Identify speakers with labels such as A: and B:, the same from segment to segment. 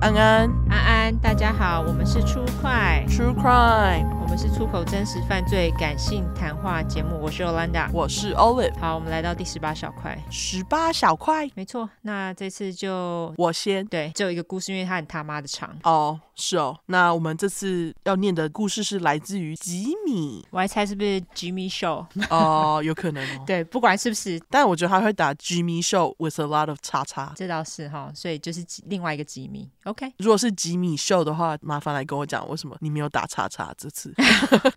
A: 安安
B: 安安，大家好，我们是出快，
A: True Crime，
B: 我们是出口真实犯罪感性谈话节目，我是 Olanda。
A: 我是 Olive，
B: 好，我们来到第十八小块，
A: 十八小块，
B: 没错，那这次就
A: 我先。
B: 对，只有一个故事，因为它很他妈的长。
A: 哦，是哦。那我们这次要念的故事是来自于吉米
B: 我还猜是不是 Jimmy Show？
A: 哦， 有可能哦。
B: 对，不管是不是，
A: 但我觉得他会打 Jimmy Show with a lot of 叉叉。
B: 这倒是哈，所以就是吉另外一个吉米。OK，
A: 如果是吉米秀的话，麻烦来跟我讲为什么你没有打叉叉这次。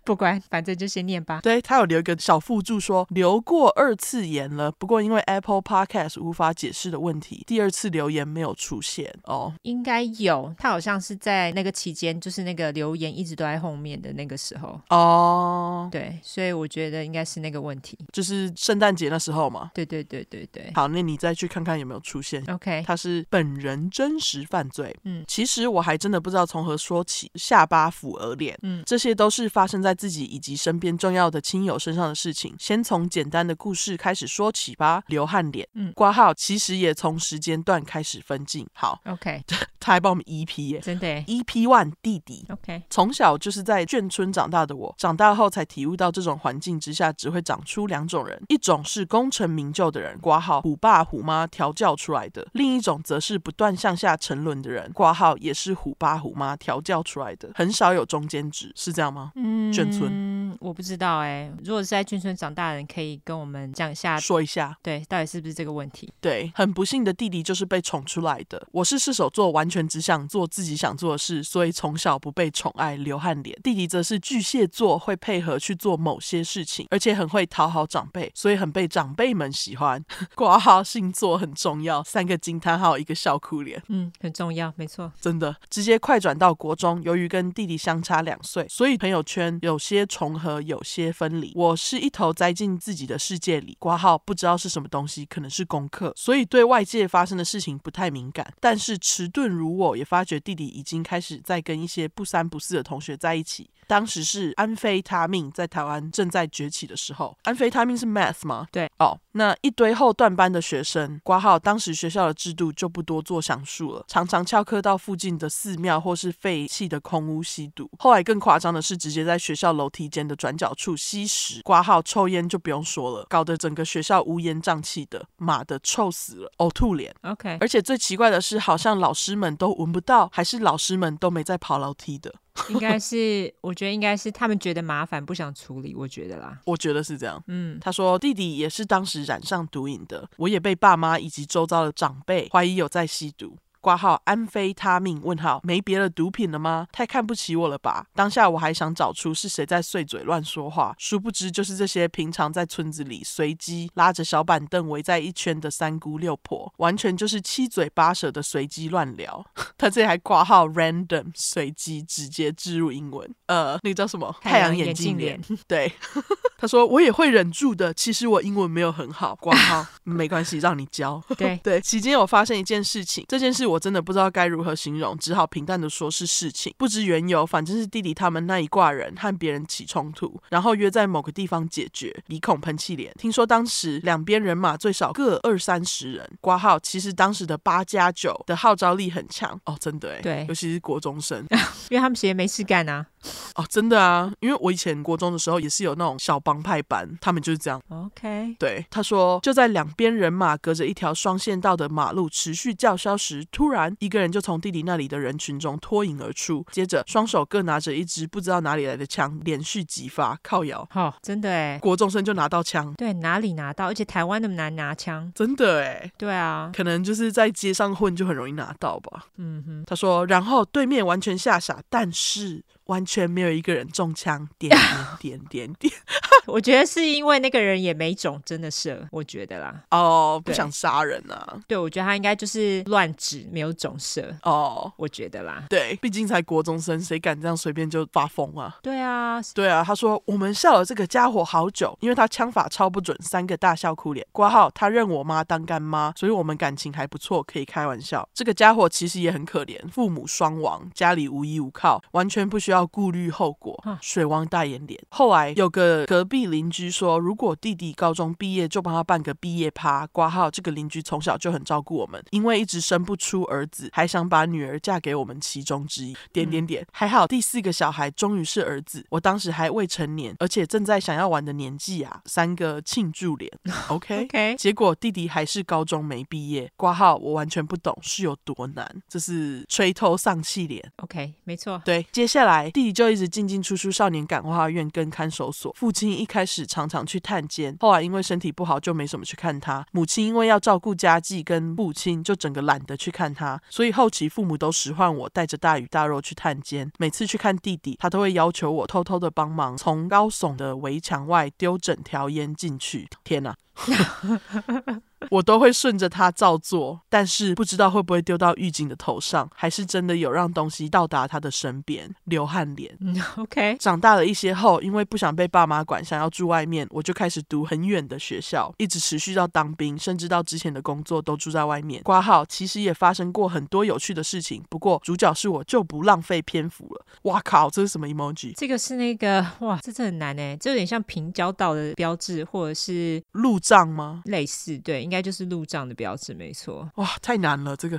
B: 不管，反正就先念吧。
A: 对他有留一个小附注说留过二次言了，不过因为 Apple Podcast 无法解释的问题，第二次留言没有出现哦。
B: 应该有，他好像是在那个期间，就是那个留言一直都在后面的那个时候。
A: 哦，
B: 对，所以我觉得应该是那个问题。
A: 就是圣诞节那时候嘛。
B: 对对对对对。
A: 好，那你再去看看有没有出现。
B: OK，
A: 他是本人真实犯罪。
B: 嗯
A: 其实我还真的不知道从何说起，下巴、俯额脸，
B: 嗯
A: 这些都是发生在自己以及身边重要的亲友身上的事情。先从简单的故事开始说起吧。流汗脸，
B: 嗯
A: 挂号其实也从时间段开始分镜。好，
B: ，OK，
A: 他还帮我们 EP 耶
B: 真的耶
A: ，EP One 弟弟。
B: ，OK，
A: 从小就是在眷村长大的我，长大后才体悟到这种环境之下只会长出两种人，一种是功成名就的人，挂号虎爸虎妈调教出来的；另一种则是不断向下沉沦的人，挂号也是虎爸虎妈调教出来的，很少有中间值，是这样吗？
B: 嗯
A: 眷村
B: 村，我不知道哎。如果是在眷村长大的人，可以跟我们讲一下，
A: 说一下，
B: 对，到底是不是这个问题？
A: 对，很不幸的弟弟就是被宠出来的。我是射手座，完全只想做自己想做的事，所以从小不被宠爱，流汗脸。弟弟则是巨蟹座，会配合去做某些事情，而且很会讨好长辈，所以很被长辈们喜欢。 挂号星座很重要，三个惊叹号，一个笑哭脸。
B: 嗯，很重要，没错。
A: 真的直接快转到国中。由于跟弟弟相差两岁，所以朋友圈有些重合，有些分离。我是一头栽进自己的世界里，挂号不知道是什么东西，可能是功课，所以对外界发生的事情不太敏感。但是迟钝如我，也发觉弟弟已经开始在跟一些不三不四的同学在一起。当时是安非他命在台湾正在崛起的时候，安非他命是 math 吗？哦，那一堆后段班的学生，挂号当时学校的制度就不多做详述了，常常翘课到附近的寺庙或是废弃的空屋吸毒。后来更夸张的是，直接在学校楼梯间的转角处吸食，挂号抽烟就不用说了，搞得整个学校乌烟瘴气的，妈的臭死了，呕吐脸。
B: OK，
A: 而且最奇怪的是，好像老师们都闻不到，还是老师们都没在跑楼梯的。
B: 应该是，我觉得应该是他们觉得麻烦，不想处理，我觉得啦。
A: 我觉得是这样。
B: 嗯，
A: 他说弟弟也是当时染上毒瘾的，我也被爸妈以及周遭的长辈怀疑有在吸毒。挂号安非他命？问号没别的毒品了吗？太看不起我了吧！当下我还想找出是谁在碎嘴乱说话，殊不知就是这些平常在村子里随机拉着小板凳围在一圈的三姑六婆，完全就是七嘴八舌的随机乱聊。 他这里还挂号 random 随机直接置入英文，呃，那个叫什么
B: 太阳
A: 眼
B: 眼
A: 镜
B: 镜
A: 脸
B: 脸，
A: 对， 他说我也会忍住的。其实我英文没有很好，挂号嗯没关系，让你教。
B: 对
A: 对，期间有发生一件事情，这件事我真的不知道该如何形容，只好平淡的说是事情，不知缘由，反正是弟弟他们那一挂人和别人起冲突，然后约在某个地方解决，鼻孔喷气脸。听说当时两边人马最少各二三十人，挂号其实当时的八加九的号召力很强哦，真的哎，
B: 对
A: 尤其是国中生，
B: 因为他们其实没事干啊。
A: 哦，真的啊，因为我以前国中的时候也是有那种小帮派班，他们就是这样。
B: OK，
A: 对，他说，就在两边人马隔着一条双线道的马路持续叫嚣时，突然一个人就从弟弟那里的人群中脱颖而出，接着双手各拿着一支不知道哪里来的枪，连续几发靠摇，
B: 好、真的哎。
A: 国中生就拿到枪，
B: 对，哪里拿到？而且台湾那么难拿枪。
A: 真的诶，
B: 对 啊，
A: 可能就是在街上混就很容易拿到吧。
B: 嗯哼，
A: 他说，然后对面完全吓傻，但是完全没有一个人中枪，点点点点点。
B: 我觉得是因为那个人也没种真的射，我觉得啦。
A: 哦，不
B: 对
A: 想杀人啊。
B: 对，我觉得他应该就是乱指，没有种射，
A: 哦，
B: 我觉得啦。
A: 对，毕竟才国中生，谁敢这样随便就发疯啊？
B: 对啊，
A: 对啊，他说我们笑了这个家伙好久，因为他枪法超不准，三个大笑哭脸。挂号，他认我妈当干妈，所以我们感情还不错，可以开玩笑。这个家伙其实也很可怜，父母双亡，家里无依无靠，完全不需要顾虑后果
B: 啊，
A: 水汪大眼脸。后来有个隔壁邻居说，如果弟弟高中毕业，就帮他办个毕业趴。挂号这个邻居从小就很照顾我们，因为一直生不出儿子，还想把女儿嫁给我们其中之一。点点点，还好第四个小孩终于是儿子，我当时还未成年，而且正在想要玩的年纪啊， 三个庆祝脸。OK。
B: OK，
A: 结果弟弟还是高中没毕业，挂号我完全不懂是有多难，这是垂头丧气脸。
B: OK，没错。
A: 对，接下来弟弟就一直进进出出少年感化院跟看守所。父亲一开始常常去探监，后来因为身体不好就没什么去看他。母亲因为要照顾家计跟父亲，就整个懒得去看他。所以后期父母都使唤我带着大鱼大肉去探监。每次去看弟弟，他都会要求我偷偷的帮忙从高耸的围墙外丢整条烟进去。天哪！我都会顺着他照做，但是不知道会不会丢到狱警的头上，还是真的有让东西到达他的身边，流汗脸。
B: 嗯 OK，
A: 长大了一些后，因为不想被爸妈管，想要住外面，我就开始读很远的学校，一直持续到当兵，甚至到之前的工作都住在外面。挂号其实也发生过很多有趣的事情，不过主角是我就不浪费篇幅了。哇靠，这是什么 emoji？
B: 这个是那个哇，这真的很难哎，这有点像平交道的标志，或者是
A: 路障吗？
B: 类似，对，应该就是路障的标志，没错。
A: 哇，太难了，这个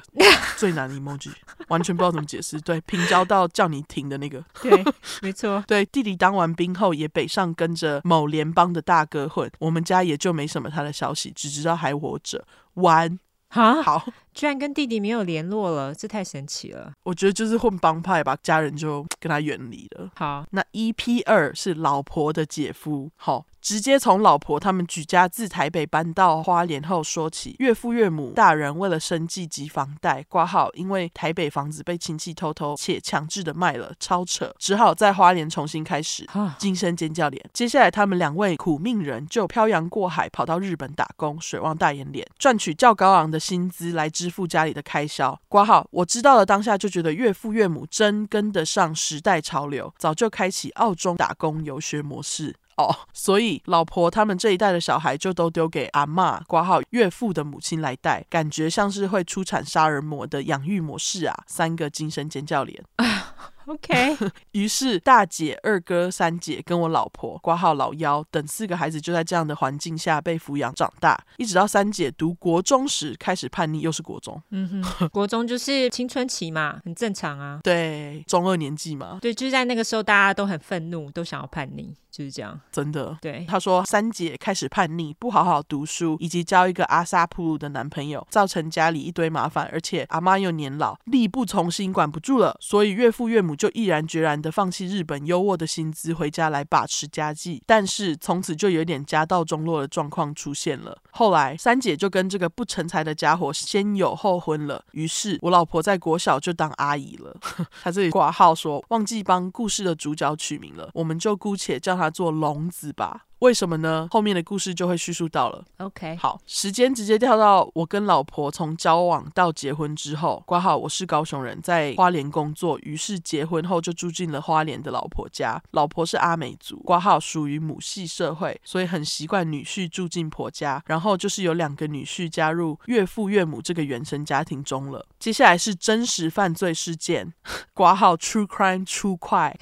A: 最难的 emoji，完全不知道怎么解释。对，平交道叫你停的那个。
B: 对，没错。
A: 对，弟弟当完兵后也北上跟着某联邦的大哥混，我们家也就没什么他的消息，只知道还活着。完，
B: 啊，
A: 好，
B: 居然跟弟弟没有联络了，这太神奇了。
A: 我觉得就是混帮派吧，家人就跟他远离了。
B: 好，
A: 那 EP 二是老婆的姐夫，好、直接从老婆他们举家自台北搬到花莲后说起。岳父岳母大人为了生计及房贷挂号，因为台北房子被亲戚偷偷且强制的卖了，超扯，只好在花莲重新开始。
B: 啊，
A: 惊声尖叫脸。接下来，他们两位苦命人就漂洋过海跑到日本打工，水汪大眼脸，赚取较高昂的薪资来支付家里的开销。挂号，我知道了当下就觉得岳父岳母真跟得上时代潮流，早就开启澳洲打工游学模式。哦，所以老婆他们这一代的小孩就都丢给阿嬷挂号岳父的母亲来带，感觉像是会出产杀人魔的养育模式啊！三个精神尖叫脸。
B: OK，
A: 于是大姐、二哥、三姐跟我老婆挂号老幺等四个孩子就在这样的环境下被抚养长大，一直到三姐读国中时开始叛逆，又是国中，
B: 嗯哼，国中就是青春期嘛，很正常啊。
A: 对，中二年纪嘛，
B: 对，就是在那个时候，大家都很愤怒，都想要叛逆，就是这样。
A: 真的。
B: 对，
A: 她说，三姐开始叛逆，不好好读书，以及交一个阿萨普鲁的男朋友，造成家里一堆麻烦，而且阿妈又年老，力不从心，管不住了，所以岳父岳母就毅然决然的放弃日本优渥的薪资，回家来把持家计。但是从此就有点家道中落的状况出现了。后来三姐就跟这个不成才的家伙先有后婚了，于是我老婆在国小就当阿姨了。他这里挂号说忘记帮故事的主角取名了，我们就姑且叫他做聋子吧。为什么呢？后面的故事就会叙述到了。
B: OK，
A: 好，时间直接跳到我跟老婆从交往到结婚之后。挂号，我是高雄人，在花莲工作，于是结婚后就住进了花莲的老婆家。老婆是阿美族，挂号属于母系社会，所以很习惯女婿住进婆家。然后就是有两个女婿加入岳父岳母这个原生家庭中了。接下来是真实犯罪事件，挂号 True Crime 出快，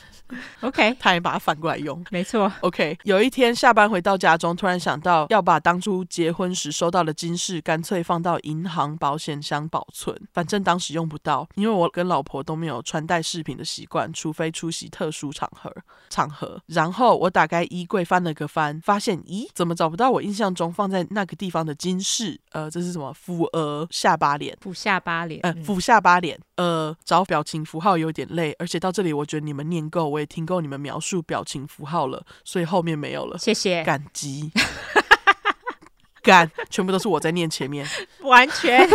B: ，OK，
A: 他也把它反过来用。
B: 没错，
A: OK，有一天下班回到家中，突然想到要把当初结婚时收到的金饰，干脆放到银行保险箱保存，反正当时用不到，因为我跟老婆都没有穿戴饰品的习惯，除非出席特殊场合。场合，然后我打开衣柜翻了个翻，发现咦，怎么找不到我印象中放在那个地方的金饰？呃，这是什么？俯额下巴脸。
B: 补下巴脸。嗯
A: 呃，俯下巴脸，呃，找表情符号有点累，而且到这里我觉得你们念够，我也听够你们描述表情符号了，所以后面没有了。
B: 谢谢，
A: 感激， 感，全部都是我在念前面。
B: 完全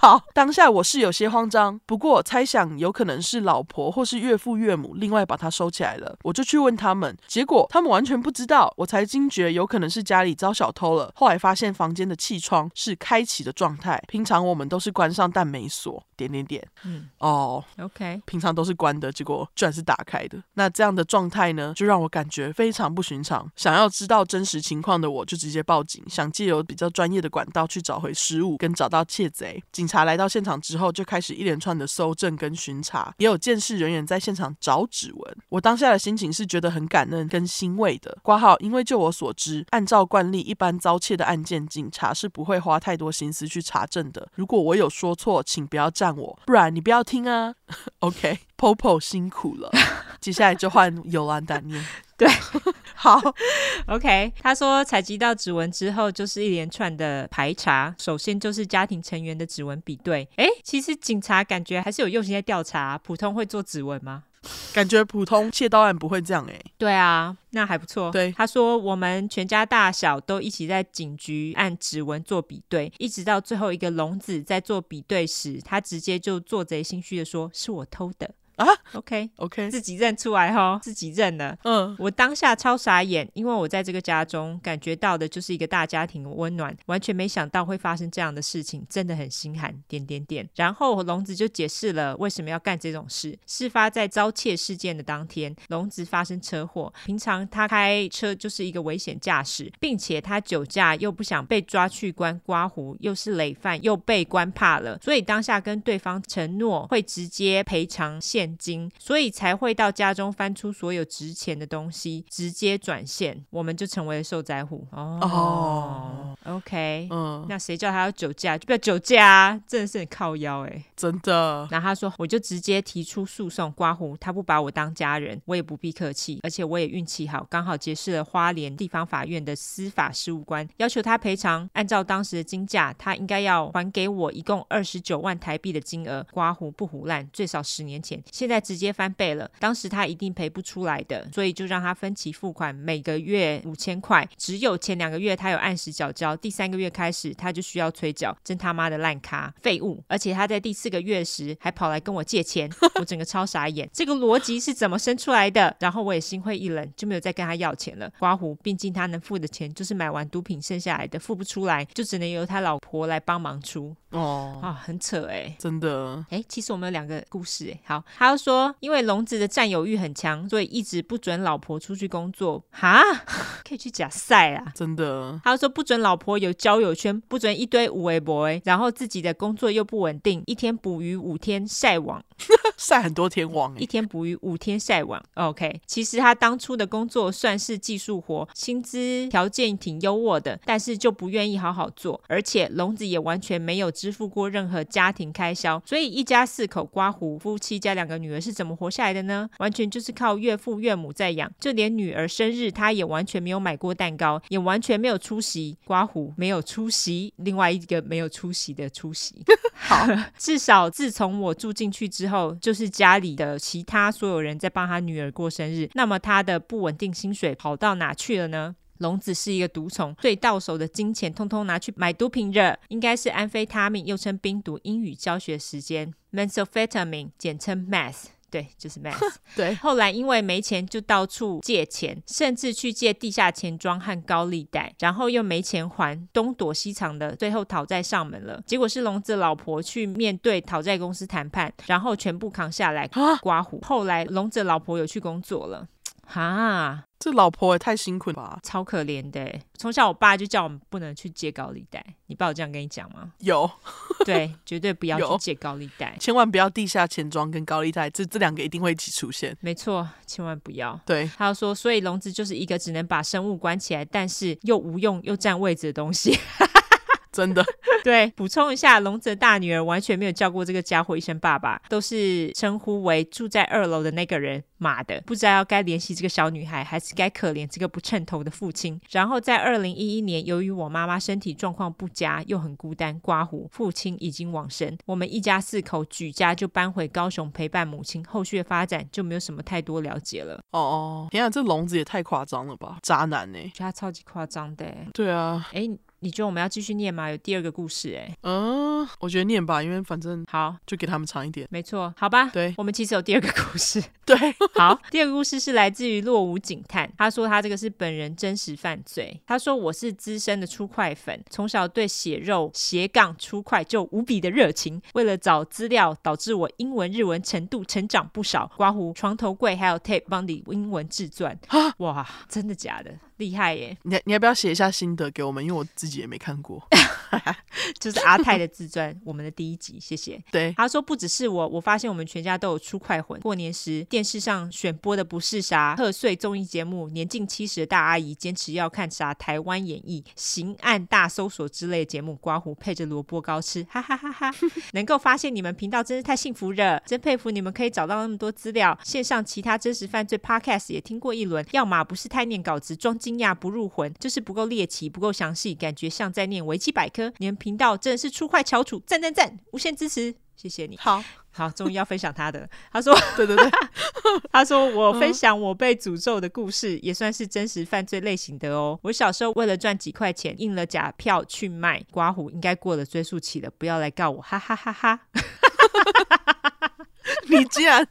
A: 好，当下我是有些慌张，不过猜想有可能是老婆或是岳父岳母另外把它收起来了，我就去问他们，结果他们完全不知道，我才惊觉有可能是家里遭小偷了。后来发现房间的气窗是开启的状态，平常我们都是关上但没锁，点点点，
B: 嗯
A: 嗯，哦，
B: OK。
A: 平常都是关的，结果居然是打开的。那这样的状态呢，就让我感觉非常不寻常。想要知道真实情况的我，就直接报警，想借由比较专业的管道去找回失物，跟找到窃贼。警察来到现场之后，就开始一连串的搜证跟巡查，也有监视人员在现场找指纹。我当下的心情是觉得很感恩跟欣慰的。挂号，因为就我所知，按照惯例，一般遭窃的案件，警察是不会花太多心思去查证的。如果我有说错，请不要赞我，不然你不要听啊。OK，Popo 辛苦了，接下来就换尤兰达 念。
B: 对，
A: 好，
B: OK，他说采集到指纹之后，就是一连串的排查，首先就是家庭成员的指纹比对。诶，其实警察感觉还是有用心在调查，普通会做指纹吗？
A: 感觉普通窃盗案不会这样哎、
B: 对啊，那还不错。
A: 对
B: 他说我们全家大小都一起在警局按指纹做比对，一直到最后一个聋子在做比对时，他直接就做贼心虚的说：“是我偷的。”
A: 啊
B: ，OK，
A: OK，
B: 自己认出来吼，自己认了。
A: 嗯，
B: 我当下超傻眼，因为我在这个家中感觉到的就是一个大家庭温暖，完全没想到会发生这样的事情，真的很心寒。点点点。然后龙子就解释了为什么要干这种事。事发在遭窃事件的当天，龙子发生车祸，平常他开车就是一个危险驾驶，并且他酒驾又不想被抓去关刮胡，又是累犯，又被关怕了，所以当下跟对方承诺会直接赔偿现金，所以才会到家中翻出所有值钱的东西，直接转现，我们就成为了受灾户。哦、o k
A: 嗯，
B: 那谁叫他要酒驾？就不要酒驾啊！真的是很靠腰哎、
A: 真的，
B: 然后他说，我就直接提出诉讼，刮胡，他不把我当家人，我也不必客气，而且我也运气好，刚好结识了花莲地方法院的司法事务官，要求他赔偿，按照当时的金价，他应该要还给我一共二十九万台币的金额，刮胡不胡烂，最少十年前，现在直接翻倍了，当时他一定赔不出来的，所以就让他分期付款，每个月五千块，只有前两个月他有按时缴交，第三个月开始他就需要催缴，真他妈的烂咖废物！而且他在第四个月时还跑来跟我借钱，我整个超傻眼，这个逻辑是怎么生出来的？然后我也心灰意冷，就没有再跟他要钱了。刮胡，毕竟他能付的钱就是买完毒品剩下来的，付不出来就只能由他老婆来帮忙出
A: 哦，
B: 啊，很扯哎、
A: 真的，
B: 哎，其实我们有两个故事哎。好，他又说，因为龙子的占有欲很强，所以一直不准老婆出去工作。哈， 可以去假赛啦。
A: 真的，
B: 他又说不准老婆有交友圈，不准一堆无为 boy，然后自己的工作又不稳定，一天捕鱼五天晒网，
A: 晒很多天网哎、
B: 一天捕鱼五天晒网。OK，其实他当初的工作算是技术活，薪资条件挺优渥的，但是就不愿意好好做，而且聋子也完全没有支付过任何家庭开销，所以一家四口刮胡夫妻加两个女儿是怎么活下来的呢？完全就是靠岳父岳母在养，就连女儿生日他也完全没有买过蛋糕，也完全没有出席刮胡，没有出席，另外一个没有出席的出席。至少自从我住进去之后，就是家里的其他所有人在帮他女儿过生日，那么他的不稳定薪水跑到哪去了呢？龙子是一个毒虫，所以到手的金钱通通拿去买毒品了，应该是安非他命，又称冰毒。英语教学时间 （methamphetamine），简称 meth，对，就是 meth。
A: 对，
B: 后来因为没钱，就到处借钱，甚至去借地下钱庄和高利贷，然后又没钱还，东躲西藏的，最后讨债上门了。结果是龙子老婆去面对讨债公司谈判，然后全部扛下来
A: 啊，
B: 刮胡。后来龙子老婆有去工作了。哈，
A: 这老婆也太辛苦了吧？？
B: 超可怜的欸！从小我爸就叫我们不能去借高利贷，你爸有这样跟你讲吗
A: 有，
B: 对，绝对不要
A: 有
B: 去借高利贷。
A: 千万不要地下钱庄跟高利贷，这这两个一定会一起出现。
B: 没错，千万不要。
A: 对，
B: 他说，所以笼子就是一个只能把生物关起来，但是又无用又占位置的东西。
A: 真的，
B: 对，补充一下，笼子的大女儿完全没有叫过这个家伙一声爸爸，都是称呼为住在二楼的那个人。妈的，不知道该怜惜这个小女孩，还是该可怜这个不称头的父亲。然后在二零一一年，由于我妈妈身体状况不佳，又很孤单，刮胡，父亲已经往生，我们一家四口举家就搬回高雄陪伴母亲。后续的发展就没有什么太多了解了，
A: 哦哦，天啊，这聋子也太夸张了吧？渣男呢、
B: 我觉得他超级夸张的欸。
A: 对啊，
B: 哎，你觉得我们要继续念吗？有第二个故事哎。
A: 嗯、我觉得念吧，因为反正
B: 好，
A: 就给他们长一点。
B: 没错，好吧。
A: 对
B: 我们其实有第二个故事。
A: 对，
B: 好，第二个故事是来自于落伍警探，他说他这个是本人真实犯罪。他说我是资深的出块粉，从小对血肉、斜杠、出块就无比的热情。为了找资料，导致我英文、日文程度成长不少。刮胡、床头柜还有 tape 帮你英文自传。哇，真的假的？厉害耶！
A: 你你要不要写一下心得给我们？因为我自己也没看过。
B: 就是阿泰的自传，我们的第一集，谢谢。
A: 对，
B: 他说不只是我，我发现我们全家都有出快混。过年时电视上选播的不是啥贺岁综艺节目，年近七十的大阿姨坚持要看啥台湾演绎、刑案大搜索之类的节目，刮胡配着萝卜糕吃，哈哈哈哈！能够发现你们频道真是太幸福了，真佩服你们可以找到那么多资料。线上其他真实犯罪 podcast 也听过一轮，要么不是太念稿子装惊讶不入魂，就是不够猎奇、不够详细，感觉像在念维基百科。你们频道真的是出快翘楚，赞赞赞，无限支持，谢谢你。
A: 好，
B: 好，终于要分享他的了。他说，
A: 对对对，
B: 他说我分享我被诅咒的故事，也算是真实犯罪类型的哦。我小时候为了赚几块钱，印了假票去卖刮胡，应该过了追溯期了，不要来告我，哈哈哈哈。
A: 你竟 然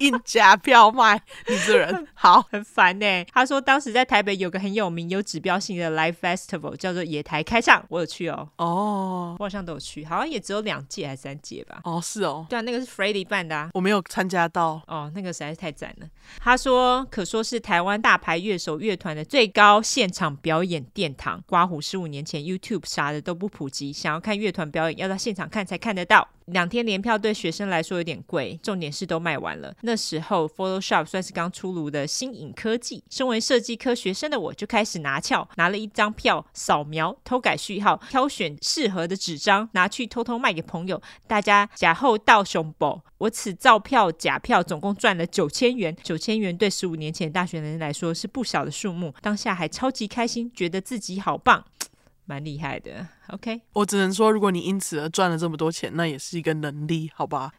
A: 印假票卖，你这人 好，
B: 很烦呢、他说当时在台北有个很有名、有指标性的 Live Festival，叫做野台开唱，我有去哦，
A: 哦
B: 我好像都有去，好像也只有两届还是三届吧。
A: 哦是哦，
B: 对啊，那个是 f r e d d y 办的啊。
A: 我没有参加到，
B: 哦，那个实在是太赞了。他说，可说是台湾大牌乐手乐团的最高现场表演殿堂。刮胡十五年前 YouTube 啥的都不普及，想要看乐团表演，要到现场看才看得到。两天联票对学生来说有点贵，重点是都卖完了。那时候 Photoshop 算是刚出炉的新颖科技，身为设计科学生的我就开始拿翘，拿了一张票扫描、偷改序号、挑选适合的纸张，拿去偷偷卖给朋友，大家假后到熊宝，我此造票假票总共赚了九千元，九千元对十五年前的大学人来说是不小的数目，当下还超级开心，觉得自己好棒，蛮厉害的。OK，
A: 我只能说，如果你因此而赚了这么多钱，那也是一个能力，好 吧？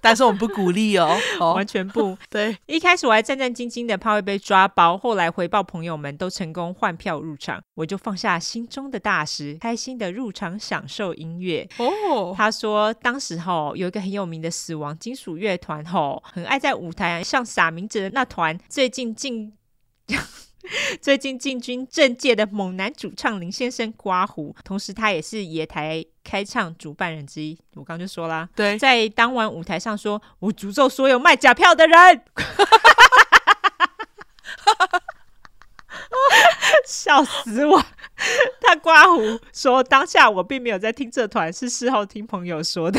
A: 但是我们不鼓励哦。哦
B: 完，全不。
A: 对，
B: 一开始我还战战兢兢的，怕会被抓包。后来回报朋友们都成功换票入场，我就放下心中的大石，开心的入场享受音乐。
A: 哦，
B: 他说，当时吼有一个很有名的死亡金属乐团吼，很爱在舞台上撒名字的那团，最近进。 最近进军政界的猛男主唱林先生刮胡，同时他也是野台开唱主办人之一。我刚就说啦，
A: 对，
B: 在当晚舞台上说：“我诅咒所有卖假票的人。” 笑死我！他刮胡说，当下我并没有在听这团，是事后听朋友说的。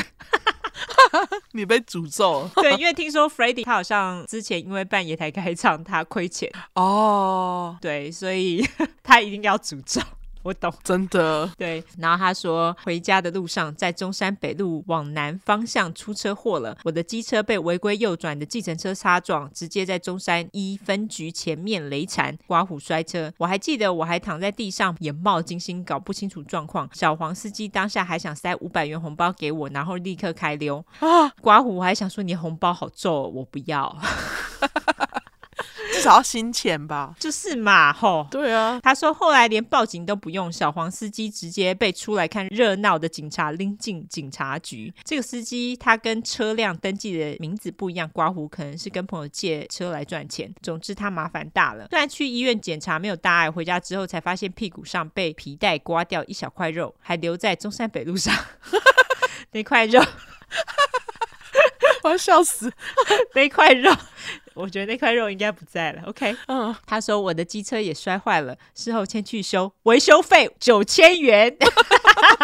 A: 你被诅咒了
B: 对，因为听说 f r e d d y 他好像之前因为办野台开唱，他亏钱，
A: 哦，
B: 对，所以 他一定要诅咒。我懂。
A: 真的
B: 对，然后他说回家的路上，在中山北路往南方向出车祸了，我的机车被违规右转的计程车擦撞，直接在中山一分局前面雷缠，刮胡摔车。我还记得我还躺在地上，眼冒金星，搞不清楚状况。小黄司机当下还想塞五百元红包给我，然后立刻开溜。
A: 啊，
B: 刮胡我还想说你的红包好皱、哦，我不要，
A: 至少要新钱吧？
B: 就是嘛吼。
A: 对啊，
B: 他说后来连报警都不用，小黄司机直接被出来看热闹的警察拎进警察局。这个司机他跟车辆登记的名字不一样，刮胡可能是跟朋友借车来赚钱。总之他麻烦大了。虽然去医院检查没有大碍，回家之后才发现屁股上被皮带刮掉一小块肉，还留在中山北路上。 那块肉，
A: 我要笑死。
B: 那块肉，我觉得那块肉应该不在了。OK，
A: 嗯，
B: 他说我的机车也摔坏了，事后先去修，维修费九千元。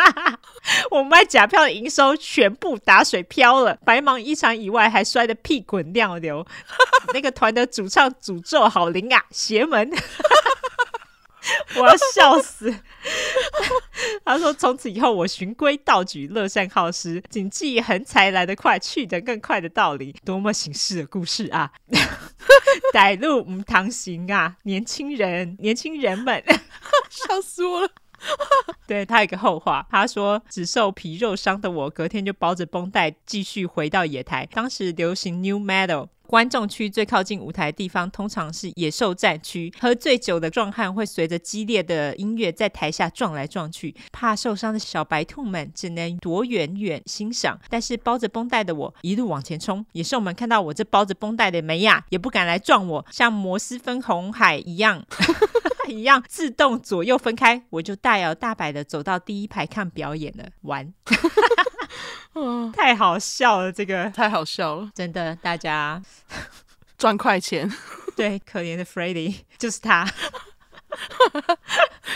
B: 我卖假票的营收全部打水漂了，白忙一场以外还摔得屁滚尿流。 那个团的主唱诅咒好灵啊，邪门！ 我要笑死。 他说：“从此以后，我循规蹈矩，乐善好施，谨记横财来得快，去得更快的道理。多么形式的故事啊！ 歹路唔堂行啊，年轻人，年轻人们。
A: 笑死我了。
B: 对他有一个后话，他说只受皮肉伤的我，隔天就包着绷带继续回到野台。当时流行 New Metal。观众区最靠近舞台的地方，通常是野兽战区。喝醉酒的壮汉会随着激烈的音乐在台下撞来撞去，怕受伤的小白兔们只能躲远远欣赏。但是包着绷带的我一路往前冲，野兽们看到我这包着绷带的梅亚，也不敢来撞我，像摩斯分红海一样一样自动左右分开，我就大摇大摆的走到第一排看表演了。玩，
A: 嗯，
B: 太好笑了，这个
A: 太好笑了，
B: 真的，大家
A: 赚快钱，
B: 对可怜的 f r e d d y 就是他，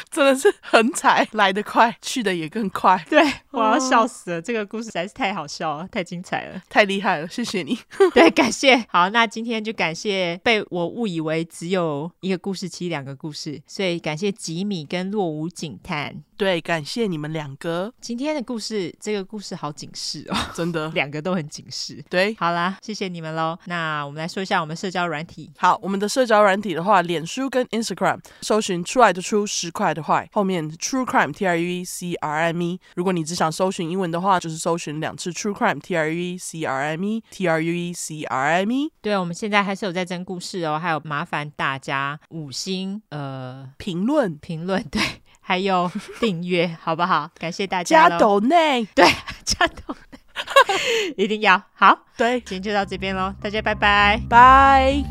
A: 真的是很惨，来得快，去的也更快，
B: 对，我要笑死了！这个故事实在是太好笑了，太精彩 了。
A: 太厉害了，谢谢你。
B: 对，感谢。好，那今天就感谢被我误以为只有一个故事，其实两个故事，所以感谢吉米跟落伍警探。
A: 对，感谢你们两个，
B: 今天的故事，这个故事好警示哦，
A: 真的。
B: 两个都很警示。
A: 对，
B: 好啦，谢谢你们喽。那我们来说一下我们社交软体。
A: 好，我们的社交软体的话，脸书跟 Instagram 搜寻出来的出十块的坏，后面 True Crime T R U E C R I M E。如果你只想搜寻英文的话，就是搜寻两次 True Crime T R U E C R I M E T R U E C R I M E
B: 对，我们现在还是有在征故事哦，还有麻烦大家五星呃
A: 评论
B: 评论，对， 还有订阅，好不好？感谢大家
A: 加
B: 咯，
A: 斗内。
B: 加抖， 一定要好。
A: 对，
B: 今天就到这边喽，大家拜拜。
A: 拜。